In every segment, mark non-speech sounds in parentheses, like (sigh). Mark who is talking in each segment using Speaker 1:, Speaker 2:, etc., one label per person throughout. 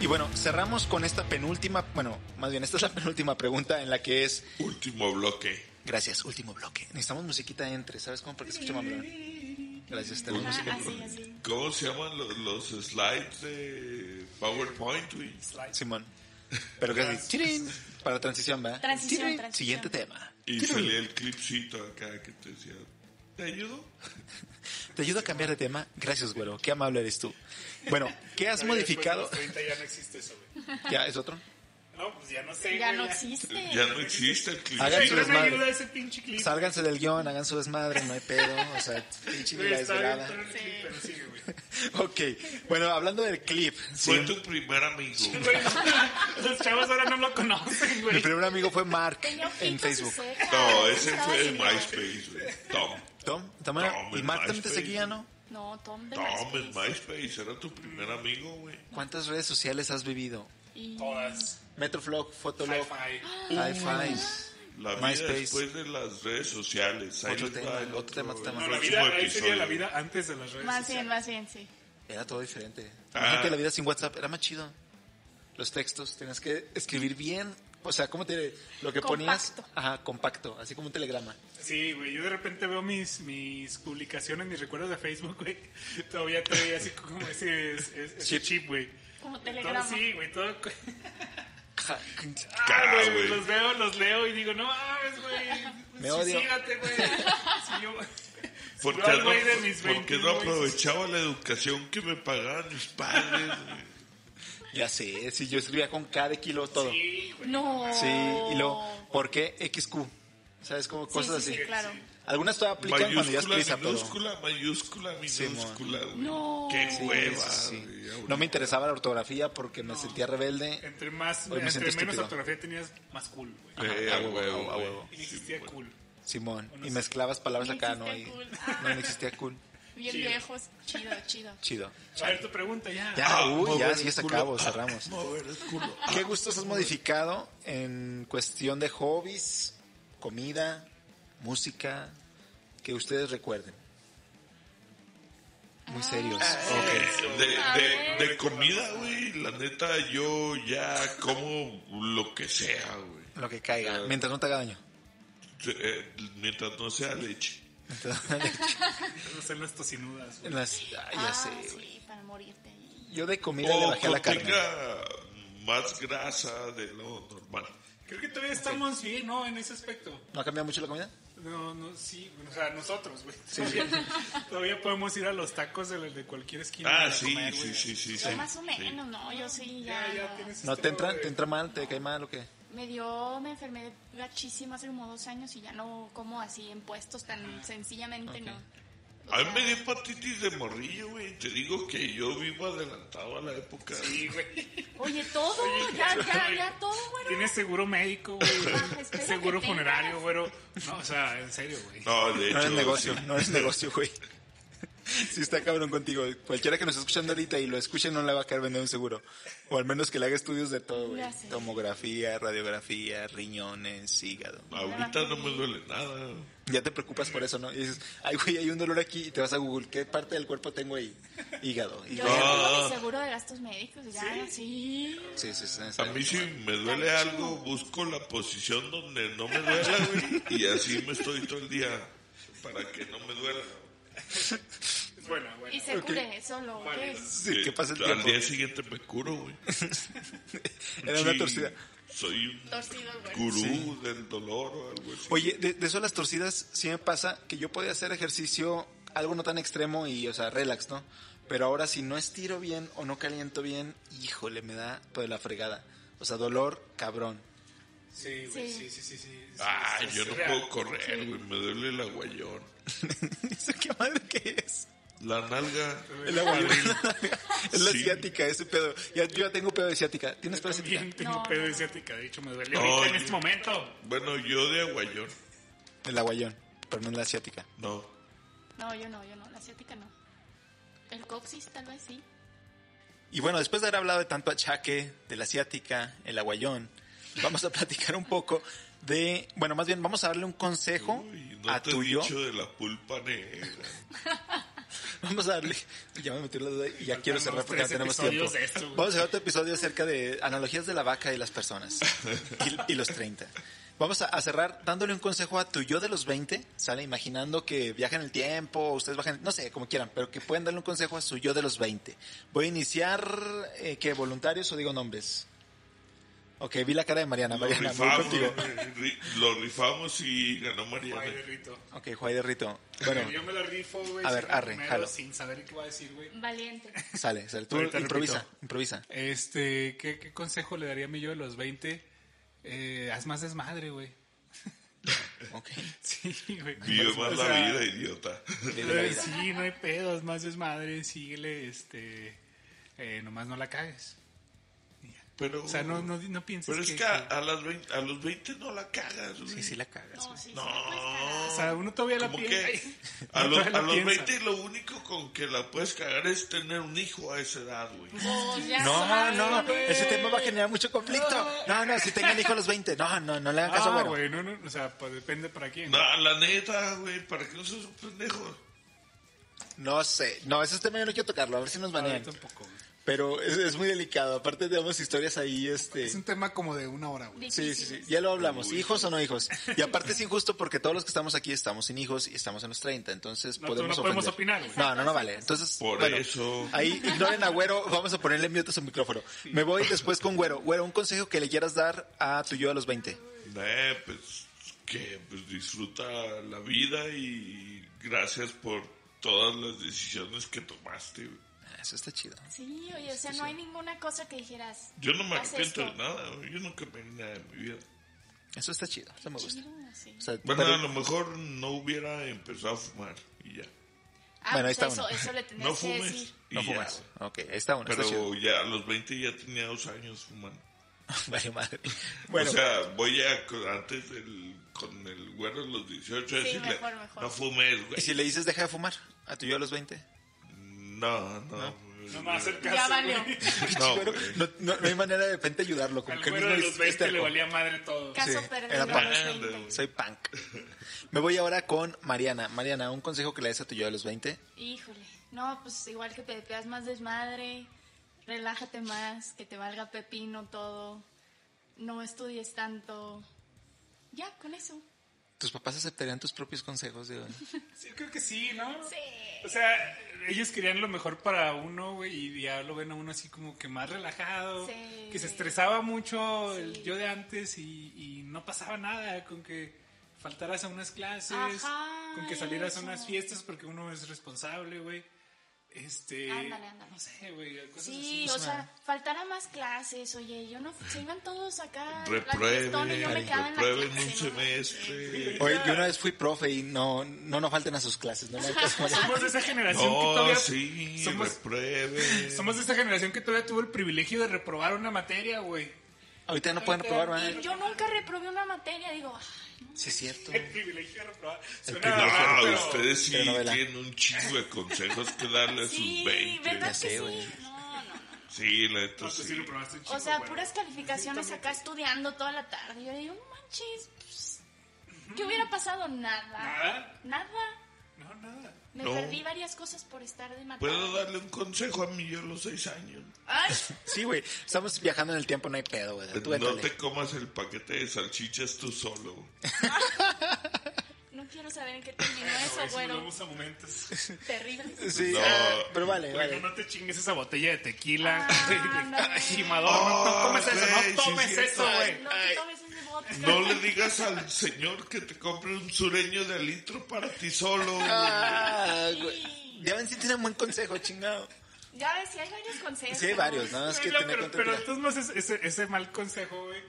Speaker 1: Y bueno, cerramos con esta penúltima, bueno, más bien esta es la (laughs) penúltima pregunta en la que es...
Speaker 2: Último bloque.
Speaker 1: Gracias, último bloque. Necesitamos musiquita entre, ¿sabes cómo? Porque escucha más bien. Gracias, tenemos
Speaker 3: Ah,
Speaker 1: música.
Speaker 3: así, así.
Speaker 2: ¿Cómo se llaman los, los slides de PowerPoint, güey?
Speaker 3: ah,
Speaker 1: Simón. Pero gracias. Chirin. Para transición, ¿verdad?
Speaker 3: Transición,
Speaker 1: Chirin.
Speaker 3: transición.
Speaker 1: Siguiente tema.
Speaker 2: Y salía el clipcito acá que te decía, ¿te ayudo?
Speaker 1: Te ayudo a cambiar de tema. Gracias, güero. Qué amable eres tú. Bueno, ¿qué has modificado?
Speaker 4: Después de los 30 ya no existe eso, güey.
Speaker 1: Ya, es otro.
Speaker 4: No, pues ya no sé.
Speaker 3: Ya
Speaker 4: güey,
Speaker 3: no existe.
Speaker 2: Ya no existe el clipcito.
Speaker 1: Hagan su
Speaker 4: Pero me
Speaker 1: desmadre.
Speaker 4: ayuda ese pinche clip.
Speaker 1: Sálganse del guión, hagan su desmadre, no hay pedo. O sea, pinche
Speaker 4: Güey,
Speaker 1: vida
Speaker 4: está bien,
Speaker 1: desvelada.
Speaker 4: pero el clip, pero sigue, güey.
Speaker 1: Ok. Bueno, hablando del clip.
Speaker 2: Fue
Speaker 1: sí,
Speaker 2: tu primer amigo.
Speaker 4: Güey, no, Los chavos ahora no lo conocen,
Speaker 1: Mi
Speaker 4: güey.
Speaker 1: primer amigo fue Mark
Speaker 3: Tenía un
Speaker 1: en
Speaker 3: pico su
Speaker 1: Facebook.
Speaker 3: ceja.
Speaker 2: No, ese
Speaker 3: Estaba
Speaker 2: fue el
Speaker 3: haciendo-
Speaker 2: MySpace, güey. Tom.
Speaker 1: Tom, Tom era-
Speaker 2: Tom
Speaker 1: y
Speaker 2: en
Speaker 1: Mark también te
Speaker 2: MySpace.
Speaker 1: seguía, ¿no?
Speaker 3: No, Tom de
Speaker 2: Tom en
Speaker 3: MySpace.
Speaker 2: MySpace era tu primer amigo, güey.
Speaker 1: ¿Cuántas redes sociales has vivido?
Speaker 3: Y-
Speaker 4: Todas.
Speaker 1: Metroflog, Fotolog,
Speaker 4: Hi-Fi.
Speaker 1: Hi-Fi.
Speaker 2: La vida
Speaker 1: MySpace.
Speaker 2: después de las redes sociales. Ahí
Speaker 1: Otro
Speaker 2: les va
Speaker 1: tema,
Speaker 2: el
Speaker 1: otro tema está más-
Speaker 4: No,
Speaker 2: el
Speaker 4: la
Speaker 2: próximo
Speaker 4: vida, ahí sería
Speaker 2: episodio.
Speaker 4: la vida antes de las redes
Speaker 3: Más bien,
Speaker 4: sociales.
Speaker 3: más bien, sí.
Speaker 1: Era todo diferente.
Speaker 2: Ah.
Speaker 1: Imagínate la vida sin WhatsApp, era más chido. Los textos, tenías que escribir bien. O sea, ¿cómo te diré? Lo que ponías.
Speaker 3: Compacto.
Speaker 1: Ajá, compacto, así como un telegrama.
Speaker 4: Sí, güey, yo de repente veo mis, mis publicaciones, mis recuerdos de Facebook, güey. Todavía traía así como ese, ese, ese
Speaker 1: Chip.
Speaker 4: chip, güey.
Speaker 3: Como
Speaker 4: Todo,
Speaker 3: telegrama.
Speaker 4: sí, güey, todo...
Speaker 2: Ca,
Speaker 4: Ah, güey,
Speaker 2: güey.
Speaker 4: los veo, los leo y digo, no mames, güey.
Speaker 1: (laughs) Me odio. (laughs)
Speaker 4: Suicídate, güey. Si yo- si
Speaker 2: Porque
Speaker 4: yo al
Speaker 2: no,
Speaker 4: güey de mis
Speaker 2: porque
Speaker 4: 21,
Speaker 2: no
Speaker 4: güey,
Speaker 2: aprovechaba la educación que me pagaban mis padres. güey.
Speaker 1: Ya sé, si yo escribía con cada kilo todo. Sí,
Speaker 4: Sí, güey.
Speaker 3: No.
Speaker 1: y luego, ¿por qué XQ? ¿Sabes? Como
Speaker 3: Sí,
Speaker 1: cosas
Speaker 3: sí,
Speaker 1: así.
Speaker 3: sí, claro.
Speaker 1: Algunas todavía aplican cuando ya es prisa,
Speaker 2: Mayúscula,
Speaker 1: pero.
Speaker 2: minúscula, mayúscula,
Speaker 1: Simón.
Speaker 2: minúscula, güey.
Speaker 3: No.
Speaker 2: Qué
Speaker 1: Sí,
Speaker 2: hueva.
Speaker 1: sí, sí.
Speaker 2: güey, ahorita.
Speaker 1: No me interesaba la ortografía porque me sentía rebelde.
Speaker 4: Entre, más,
Speaker 1: Hoy me siento
Speaker 4: entre menos
Speaker 1: estúpido. Ah,
Speaker 4: ortografía tenías, más cool, güey.
Speaker 2: Eh,
Speaker 1: Ajá,
Speaker 2: a
Speaker 1: a huevo,
Speaker 2: huevo,
Speaker 1: a
Speaker 2: güey.
Speaker 1: huevo.
Speaker 4: Y existía cool.
Speaker 1: Simón, y mezclabas palabras
Speaker 3: Ni
Speaker 1: acá, ¿no?
Speaker 3: existía
Speaker 1: Y-
Speaker 3: cool.
Speaker 1: No, no existía cool.
Speaker 3: Bien
Speaker 4: Chido.
Speaker 3: viejos. Chido, chido.
Speaker 1: Chido.
Speaker 4: A ver tu pregunta ya.
Speaker 1: Ya,
Speaker 2: Ah,
Speaker 1: uy, ya,
Speaker 2: mover
Speaker 1: sí,
Speaker 2: el
Speaker 1: es a
Speaker 2: culo.
Speaker 1: cabo, cerramos.
Speaker 2: Mover el culo.
Speaker 1: ¿Qué gustos has modificado en cuestión de hobbies, comida, música, que ustedes recuerden?
Speaker 3: Ah.
Speaker 1: Muy serios.
Speaker 2: Ah, Eh, De, de, de comida, güey, la neta, yo ya como lo que sea, güey.
Speaker 1: Lo que caiga,
Speaker 2: Ah.
Speaker 1: mientras no te haga daño.
Speaker 2: Eh, mientras no sea leche.
Speaker 4: No son las tocinudas, güey.
Speaker 1: En las- ah, (laughs) ya
Speaker 3: Ah,
Speaker 1: sé, güey.
Speaker 3: sí, para morirte. ahí.
Speaker 1: Yo de comida le
Speaker 2: O
Speaker 1: bajé a la carne.
Speaker 2: tenga más grasa de lo normal.
Speaker 4: Creo que todavía estamos bien, ¿no? En ese aspecto.
Speaker 1: ¿No ha cambiado mucho la comida?
Speaker 4: No, no, sí. O sea, nosotros, güey. todavía, todavía podemos ir a los tacos de, de cualquier esquina.
Speaker 2: Ah,
Speaker 4: a
Speaker 2: sí,
Speaker 4: comer,
Speaker 2: sí,
Speaker 4: güey.
Speaker 2: sí, sí,
Speaker 3: Yo
Speaker 2: sí.
Speaker 3: más o
Speaker 2: Sí.
Speaker 3: menos, no, yo sí ya.
Speaker 4: Ya, ya
Speaker 3: no.
Speaker 4: tienes
Speaker 1: ¿No
Speaker 4: este
Speaker 1: te entra,
Speaker 4: pedo de-
Speaker 1: te entra mal, te cae mal o qué?
Speaker 3: Me dio, me enfermé gachísimo hace como dos años y ya no como así en puestos tan sencillamente, no. O
Speaker 2: A mí
Speaker 3: sea,
Speaker 2: me dio hepatitis de morrillo, güey. Te digo que yo vivo adelantado a la época.
Speaker 4: Sí, güey.
Speaker 3: Oye, todo, ya, ya, ya, todo, güey.
Speaker 4: Tienes seguro
Speaker 3: (laughs)
Speaker 4: médico, güey.
Speaker 3: Ah, espero
Speaker 4: seguro
Speaker 3: que tengas.
Speaker 4: funerario, güey. No, o sea, en serio, güey.
Speaker 2: No, de hecho.
Speaker 1: No es negocio,
Speaker 2: sí.
Speaker 1: no es negocio, güey.
Speaker 2: (laughs)
Speaker 1: Si está cabrón contigo, cualquiera que nos esté escuchando ahorita y lo escuche no le va a caer vender un seguro. O al menos que le haga estudios de todo, güey.
Speaker 3: Ya sé.
Speaker 1: Tomografía, radiografía, riñones, hígado.
Speaker 2: Ahorita no me duele nada.
Speaker 1: Ya te preocupas por eso, ¿no? Y dices, ay, güey, hay un dolor aquí y te vas a Google, ¿qué parte del cuerpo tengo ahí? Hígado.
Speaker 3: Yo
Speaker 1: hígado.
Speaker 3: ya
Speaker 2: No.
Speaker 3: tengo mi seguro de gastos médicos, ya, sí.
Speaker 1: Sí, sí, sí.
Speaker 2: A mí si me duele algo, busco la posición donde
Speaker 4: (laughs)
Speaker 2: no me duela, güey. Y así me estoy todo el día para que no me duela.
Speaker 4: Es buena,
Speaker 3: Y
Speaker 4: güey.
Speaker 3: se cure solo, ¿qué?
Speaker 4: Vale.
Speaker 1: Sí, que pasa el
Speaker 2: Eh, Al
Speaker 1: tiempo.
Speaker 2: día siguiente me curo, güey.
Speaker 1: (laughs) Era una
Speaker 2: Sí,
Speaker 1: torcida.
Speaker 2: Soy un
Speaker 3: Torcido, güey.
Speaker 2: gurú del dolor o algo así.
Speaker 1: Oye, de, de eso de las torcidas sí me pasa que yo podía hacer ejercicio, algo no tan extremo y, o sea, relax, ¿no? Pero ahora si no estiro bien o no caliento bien, híjole, me da toda la fregada. O sea, dolor, cabrón. (laughs)
Speaker 4: Sí, güey,
Speaker 3: Sí.
Speaker 4: sí, sí, sí, sí.
Speaker 2: Ah,
Speaker 4: Sí, sí,
Speaker 2: yo
Speaker 4: sí,
Speaker 2: no
Speaker 4: real.
Speaker 2: puedo correr, güey. Me duele el aguayón.
Speaker 1: ¿Eso qué madre que es?
Speaker 2: La nalga.
Speaker 1: El (laughs) aguayón. es la
Speaker 2: Sí.
Speaker 1: ciática, ese pedo. Ya, yo ya tengo pedo de ciática. ¿Tienes pedo de ciática?
Speaker 4: También tengo
Speaker 3: No,
Speaker 4: pedo
Speaker 3: no,
Speaker 4: de
Speaker 3: no.
Speaker 4: ciática, de hecho me duele
Speaker 2: No,
Speaker 4: ahorita en
Speaker 2: yo-
Speaker 4: este momento.
Speaker 2: Bueno, yo de aguayón.
Speaker 1: El aguayón, pero no es la ciática.
Speaker 2: No.
Speaker 3: No, yo no, yo no, la asiática no. El coxis tal vez sí.
Speaker 1: Y bueno, después de haber hablado de tanto achaque, de la asiática, el aguayón, vamos a (laughs) platicar un poco de, bueno, más bien vamos a darle un consejo
Speaker 2: Uy, no
Speaker 1: a
Speaker 2: te he
Speaker 1: tuyo.
Speaker 2: dicho de la pulpa negra.
Speaker 1: Vamos a darle. Ya me metí la duda y ya quiero cerrar
Speaker 4: Faltan unos
Speaker 1: porque no
Speaker 4: tres
Speaker 1: tenemos tiempo.
Speaker 4: episodios de esto, güey.
Speaker 1: Vamos a hacer otro episodio acerca de analogías de la vaca y las personas. Y, y los 30. Vamos a, a cerrar dándole un consejo a tu yo de los 20, ¿sale? Imaginando que viajan el tiempo, ustedes bajan, no sé, como quieran, pero que pueden darle un consejo a su yo de los 20. Voy a iniciar, eh, ¿qué? ¿Voluntarios o digo nombres? Ok, vi la cara de Mariana.
Speaker 2: Lo
Speaker 1: Mariana, voy
Speaker 2: rifamos,
Speaker 1: contigo.
Speaker 2: ri- lo rifamos y ganó Mariana.
Speaker 4: Ay, de rito.
Speaker 1: Ok, Juárez de Rito. Bueno,
Speaker 4: Yo me la rifo, güey.
Speaker 1: A
Speaker 4: sin
Speaker 1: ver, arre,
Speaker 4: primero,
Speaker 1: jalo.
Speaker 4: Sin saber qué va a decir, güey.
Speaker 1: (laughs)
Speaker 3: Valiente.
Speaker 1: sale, sale. Tú
Speaker 4: Ahorita
Speaker 1: improvisa,
Speaker 4: repito.
Speaker 1: improvisa.
Speaker 4: Este, ¿qué, qué consejo le daría a mi yo de los 20? Eh, haz más desmadre, güey. (laughs)
Speaker 1: Ok.
Speaker 4: Sí, güey.
Speaker 2: Vive más
Speaker 4: O
Speaker 2: la
Speaker 4: sea,
Speaker 2: vida, idiota.
Speaker 1: Vive la
Speaker 4: eh,
Speaker 1: vida.
Speaker 4: Sí, no hay pedo, haz más desmadre, síguele, este, eh, nomás no la cagues. Y ya.
Speaker 2: Pero,
Speaker 4: O sea, no, no, no pienses
Speaker 2: pero es que,
Speaker 4: que-
Speaker 2: a, a las 20, a los 20 no la cagas, güey.
Speaker 1: Sí, sí la cagas.
Speaker 3: No, sí, sí
Speaker 2: No.
Speaker 3: me cuesta.
Speaker 4: O sea, uno todavía la
Speaker 2: Como que
Speaker 4: piensa.
Speaker 2: a, los-
Speaker 4: Todavía
Speaker 2: a
Speaker 4: la
Speaker 2: los
Speaker 4: piensa.
Speaker 2: 20 lo único con que la puedes cagar es tener un hijo a esa edad, güey.
Speaker 3: Pues ya
Speaker 1: No,
Speaker 3: sabes,
Speaker 1: no,
Speaker 3: güey.
Speaker 1: ese tema va a generar mucho conflicto. No, no, si tengan hijos a los 20. No, no, no le hagan caso,
Speaker 4: Ah,
Speaker 1: bueno.
Speaker 4: güey, no, no, o sea, pues depende para quién.
Speaker 2: No, la neta, güey, para que no seas un pendejo.
Speaker 1: No sé. No, ese tema yo no quiero tocarlo, a ver si nos
Speaker 4: No, yo
Speaker 1: banean.
Speaker 4: tampoco, güey.
Speaker 1: Pero es, es muy delicado. Aparte tenemos historias ahí, este...
Speaker 5: Es un tema como de una hora, güey.
Speaker 1: Sí, sí,
Speaker 3: Difíciles.
Speaker 1: sí. Ya lo hablamos.
Speaker 2: Uy.
Speaker 1: ¿Hijos o no hijos? Y aparte es injusto porque todos los que estamos aquí estamos sin hijos y estamos en los 30. Entonces
Speaker 4: No,
Speaker 1: podemos
Speaker 4: no podemos
Speaker 1: ofender.
Speaker 4: opinar, güey.
Speaker 1: No, no, no vale. Entonces,
Speaker 2: Por
Speaker 1: bueno,
Speaker 2: eso.
Speaker 1: Ahí, ignoren a Güero. Vamos a ponerle mute a su micrófono. Me voy después con Güero. Güero, un consejo que le quieras dar a tu yo a los 20.
Speaker 2: Eh, pues que pues, disfruta la vida y gracias por todas las decisiones que tomaste. güey.
Speaker 1: Ah, Eso está chido.
Speaker 3: Sí, oye, o sea, no hay ninguna cosa que dijeras.
Speaker 2: Yo no me
Speaker 3: "Haz
Speaker 2: arrepiento de
Speaker 3: esto".
Speaker 2: nada, güey. yo nunca cambié nada de mi vida.
Speaker 1: Eso está chido. Eso me gusta.
Speaker 3: Chido, sí.
Speaker 1: O sea,
Speaker 2: Bueno,
Speaker 1: pero-
Speaker 2: a lo mejor no hubiera empezado a fumar y ya.
Speaker 3: Ah,
Speaker 1: Bueno, ahí está
Speaker 3: pues eso,
Speaker 1: uno.
Speaker 3: eso le tenías
Speaker 2: No
Speaker 3: que
Speaker 2: fumes
Speaker 3: decir.
Speaker 2: y
Speaker 1: No
Speaker 2: ya,
Speaker 1: fumas.
Speaker 2: güey.
Speaker 1: Ok, ahí está uno. Está
Speaker 2: Pero
Speaker 1: chido.
Speaker 2: (laughs)
Speaker 1: (laughs)
Speaker 2: ya a los 20 ya tenía dos años fumando.
Speaker 1: Vale, madre. Bueno,
Speaker 2: o sea, voy a co- antes del, con el güero de los 18 a
Speaker 3: Sí,
Speaker 2: decirle,
Speaker 3: mejor, mejor.
Speaker 2: no fumes,
Speaker 1: ¿y
Speaker 2: güey.
Speaker 1: si le dices deja de fumar a tu yo a los 20?
Speaker 2: No, no.
Speaker 4: No me va a hacer caso.
Speaker 3: Ya valió.
Speaker 4: güey.
Speaker 2: No,
Speaker 1: Güero,
Speaker 2: güey.
Speaker 1: no, no- no hay manera de repente ayudarlo. Como
Speaker 4: Al
Speaker 1: que
Speaker 4: güero
Speaker 1: no
Speaker 4: de
Speaker 1: es-
Speaker 4: los
Speaker 1: es
Speaker 4: 20 le
Speaker 1: terco.
Speaker 4: valía madre todo.
Speaker 3: Caso
Speaker 1: Sí,
Speaker 3: perdido.
Speaker 1: era
Speaker 3: a los
Speaker 2: pan.
Speaker 3: 20.
Speaker 1: Soy punk. Me voy ahora con Mariana. Mariana, un consejo que le des a tu yo de los 20.
Speaker 3: Híjole. No, pues igual que te pegas más desmadre, relájate más, que te valga pepino todo, no estudies tanto. Ya, con eso.
Speaker 1: ¿Tus papás aceptarían tus propios consejos de hoy?
Speaker 4: Sí, creo que sí, ¿no?
Speaker 3: Sí.
Speaker 2: Pues
Speaker 4: O sea, ellos querían lo mejor para uno, güey, y ya lo ven a uno así como que más relajado,
Speaker 3: Sí.
Speaker 4: que se estresaba mucho el
Speaker 3: Sí.
Speaker 4: yo de antes y, y no pasaba nada con que faltaras a unas clases,
Speaker 3: Ajá,
Speaker 4: con que salieras a
Speaker 3: eso.
Speaker 4: unas fiestas porque uno es responsable, güey. Este,
Speaker 3: Ándale, ándale.
Speaker 4: no sé, güey, cosas
Speaker 3: Sí,
Speaker 4: así.
Speaker 2: pues
Speaker 3: o sea, faltara más clases, oye, yo no, se iban todos acá, a la fiestona y yo me
Speaker 2: Reprueben,
Speaker 3: quedaba en la
Speaker 2: reprueben un
Speaker 3: clase, ¿no?
Speaker 2: semestre.
Speaker 1: Oye, yo una vez fui profe y no, no, no falten a sus clases. No, le hagan caso a Mariana.
Speaker 4: Pues (laughs) Somos de esa generación que
Speaker 2: No,
Speaker 4: todavía
Speaker 2: sí,
Speaker 4: somos,
Speaker 2: reprueben.
Speaker 4: somos de esa generación que todavía tuvo el privilegio de reprobar una materia, güey.
Speaker 1: Ahorita ya no pueden reprobar, ¿verdad?
Speaker 3: Y yo nunca reprobé una materia, digo, "Ah, ay,
Speaker 1: Sí, es cierto.
Speaker 4: El privilegio de reprobar. Suena
Speaker 1: privilegio de
Speaker 4: raro,
Speaker 2: Ah,
Speaker 4: pero-
Speaker 2: ustedes sí
Speaker 1: pero novela.
Speaker 2: tienen un chingo de consejos que darle a sus
Speaker 3: sí,
Speaker 2: 20.
Speaker 3: ¿verdad
Speaker 1: Ya sé,
Speaker 3: que
Speaker 1: güey.
Speaker 3: sí? No, no, no.
Speaker 2: Sí, la neta
Speaker 4: No, tú sí pues
Speaker 2: sí.
Speaker 4: lo probaste, chico,
Speaker 3: O sea,
Speaker 4: güey.
Speaker 3: puras calificaciones acá estudiando toda la tarde. Yo digo, no manches, pues, ¿qué hubiera pasado? Nada.
Speaker 4: Nada.
Speaker 3: Nada.
Speaker 4: Ah, No, nada.
Speaker 3: Me
Speaker 2: No.
Speaker 3: perdí varias cosas por estar de matar.
Speaker 2: Puedo darle un consejo a mí yo a los 6 años.
Speaker 3: Ay,
Speaker 1: Sí, güey. Estamos viajando en el tiempo, no hay pedo, güey. Tú
Speaker 2: no
Speaker 1: véntale.
Speaker 2: te comas el paquete de salchichas tú solo.
Speaker 3: no quiero saber en qué terminó eso, güero.
Speaker 4: Volvemos a momentos.
Speaker 1: (laughs)
Speaker 3: Terrible.
Speaker 1: Sí,
Speaker 2: No.
Speaker 1: ah, pero vale,
Speaker 4: Bueno,
Speaker 1: Eh, vale.
Speaker 4: no te chingues esa botella (laughs) de tequila.
Speaker 3: Ah,
Speaker 4: Ay,
Speaker 3: no.
Speaker 4: Madonna,
Speaker 1: Oh,
Speaker 4: no tomes eso,
Speaker 2: güey, sí
Speaker 4: no tomes
Speaker 2: es cierto.
Speaker 4: eso, güey.
Speaker 3: No te tomes ese vodka.
Speaker 2: No le digas al señor que te compre un sureño de litro para ti solo.
Speaker 1: Ah, güey.
Speaker 3: Sí.
Speaker 1: Ya ven si tienen buen consejo, chingado.
Speaker 3: Ya ves, sí hay varios consejos.
Speaker 1: Sí, hay varios, nada más que
Speaker 4: Pero-
Speaker 1: tener
Speaker 4: pero,
Speaker 1: control.
Speaker 4: pero entonces más ese, ese- ese mal consejo, güey,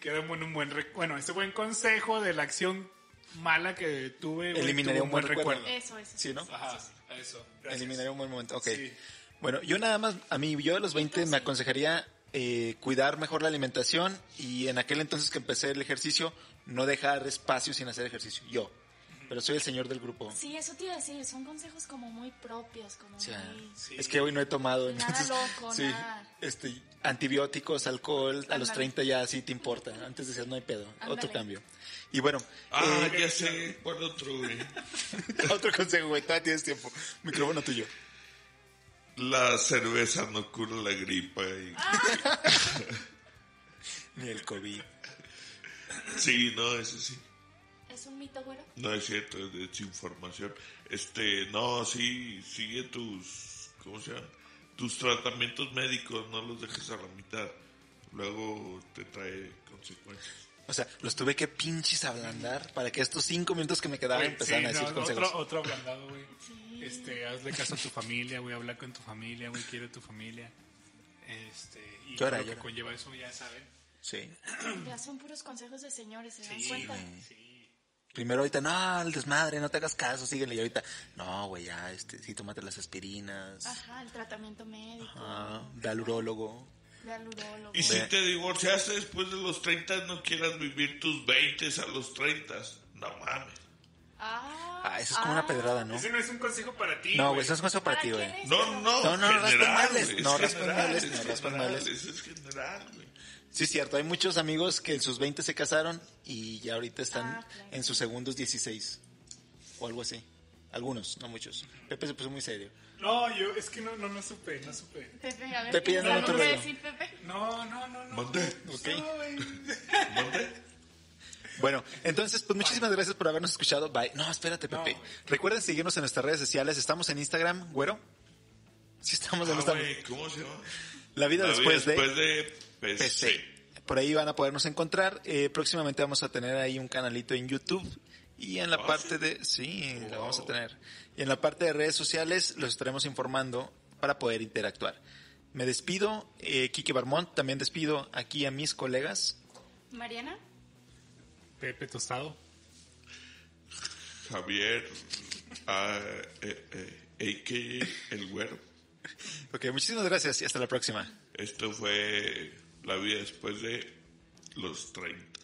Speaker 4: queda en un buen recuerdo. Bueno, ese buen consejo de la acción mala que tuve, güey,
Speaker 1: Eliminaría
Speaker 4: tuvo
Speaker 1: un buen recuerdo.
Speaker 3: Eso, eso.
Speaker 1: Sí, ¿no?
Speaker 4: Ajá, eso. gracias.
Speaker 1: Eliminaré Ah, un buen momento. Ok.
Speaker 4: Sí.
Speaker 1: Bueno, yo nada más, a mí, yo de los 20 me aconsejaría eh, cuidar mejor la alimentación y en aquel entonces que empecé el ejercicio, no dejar espacio sin hacer ejercicio. Yo. Pero soy el señor del grupo.
Speaker 3: Sí, eso te iba a decir, son consejos como muy propios, como
Speaker 1: O sea,
Speaker 3: muy...
Speaker 1: es que hoy no he tomado,
Speaker 3: Nada
Speaker 1: entonces. (laughs)
Speaker 3: loco,
Speaker 1: sí,
Speaker 3: nada.
Speaker 1: este, antibióticos, alcohol, a los
Speaker 3: Ándale.
Speaker 1: 30 ya sí te importa. Antes decías no hay pedo. Otro
Speaker 3: Ándale.
Speaker 1: cambio. Y bueno,
Speaker 2: Ah,
Speaker 1: eh,
Speaker 2: ya sé, ¿cuál otro, güey?
Speaker 1: (laughs) otro consejo, güey. Todavía tienes tiempo. Micrófono tuyo.
Speaker 2: La cerveza no cura la gripa. Y...
Speaker 1: Ah. Ni el COVID.
Speaker 2: Sí, no, eso sí.
Speaker 3: ¿Es un mito, güero?
Speaker 2: No es cierto, es desinformación. Este, no, sí, sigue tus, ¿cómo se llama? Tus tratamientos médicos, no los dejes a la mitad. Luego te trae consecuencias.
Speaker 1: O sea, los tuve que pinches ablandar para que estos cinco minutos que me quedaban
Speaker 4: Güey,
Speaker 1: empezaran
Speaker 4: sí,
Speaker 1: a decir
Speaker 4: no,
Speaker 1: consejos.
Speaker 4: Otro, otro ablandado, güey. Este, hazle caso a tu familia, güey. Habla con tu familia, güey. Quiere a tu familia. Este, y
Speaker 1: Llora,
Speaker 4: lo que
Speaker 1: llora.
Speaker 4: conlleva eso, ya saben.
Speaker 1: Sí.
Speaker 3: Ya son puros consejos de señores, ¿se dan
Speaker 4: Sí,
Speaker 3: cuenta?
Speaker 4: güey, sí.
Speaker 1: Primero ahorita, no, el desmadre, no te hagas caso, síguele. Y ahorita, no, güey, ya, este, sí, tómate las aspirinas.
Speaker 3: Ajá, el tratamiento médico,
Speaker 1: Ah, ve al urólogo.
Speaker 3: ve al urólogo.
Speaker 2: Y si
Speaker 1: Ve.
Speaker 2: te divorciaste después de los 30, no quieras vivir tus 20 a los 30. No mames.
Speaker 3: Ah,
Speaker 1: Ah, eso es como una
Speaker 3: ah.
Speaker 1: pedrada, ¿no?
Speaker 4: Ese no es un consejo para ti.
Speaker 1: No, güey, eso es más para
Speaker 3: ¿Para
Speaker 1: ti, güey.
Speaker 3: quién es?
Speaker 2: No, no,
Speaker 1: No, no,
Speaker 2: general,
Speaker 1: raspañales,
Speaker 2: güey,
Speaker 1: no,
Speaker 2: es general,
Speaker 1: raspañales,
Speaker 2: es
Speaker 1: no,
Speaker 2: general,
Speaker 1: raspañales.
Speaker 2: eso es general, güey.
Speaker 1: Sí, es cierto, hay muchos amigos que en sus 20 se casaron y ya ahorita están
Speaker 3: Ah, claro.
Speaker 1: en sus segundos 16 o algo así. Algunos, no muchos. Pepe se puso muy serio.
Speaker 4: No, yo, es que no, no, no supe, no supe.
Speaker 3: Pepe, a ver,
Speaker 1: Pepe, ya no
Speaker 3: ¿qué tienes
Speaker 1: lo
Speaker 3: algo que
Speaker 1: tolero.
Speaker 3: decir, Pepe?
Speaker 4: No, no, no, no.
Speaker 2: Mandé,
Speaker 1: ok.
Speaker 4: No, güey.
Speaker 2: mandé.
Speaker 1: Bueno, entonces, pues muchísimas gracias por habernos escuchado. Bye. No, espérate,
Speaker 4: No,
Speaker 1: Pepe.
Speaker 4: güey.
Speaker 1: Recuerden seguirnos en nuestras redes sociales. Estamos en Instagram, güero. Sí, estamos en
Speaker 2: Ah,
Speaker 1: Instagram.
Speaker 2: güey, ¿Cómo se llama?
Speaker 1: La vida
Speaker 2: La vida
Speaker 1: después, de
Speaker 2: después de
Speaker 1: PC.
Speaker 2: PC.
Speaker 1: Por ahí van a podernos encontrar. Eh, próximamente vamos a tener ahí un canalito en YouTube. Y en la
Speaker 2: Ah,
Speaker 1: parte
Speaker 2: ¿sí?
Speaker 1: de... Sí, la vamos a
Speaker 2: Wow.
Speaker 1: tener. Y en la parte de redes sociales los estaremos informando para poder interactuar. Me despido. Eh, Kike Barmont, también despido aquí a mis colegas.
Speaker 3: ¿Mariana?
Speaker 4: Pepe Tostado.
Speaker 2: Javier, ah, eh, eh, AKA El Güero.
Speaker 1: Ok, muchísimas gracias y hasta la próxima.
Speaker 2: Esto fue la vida después de los 30.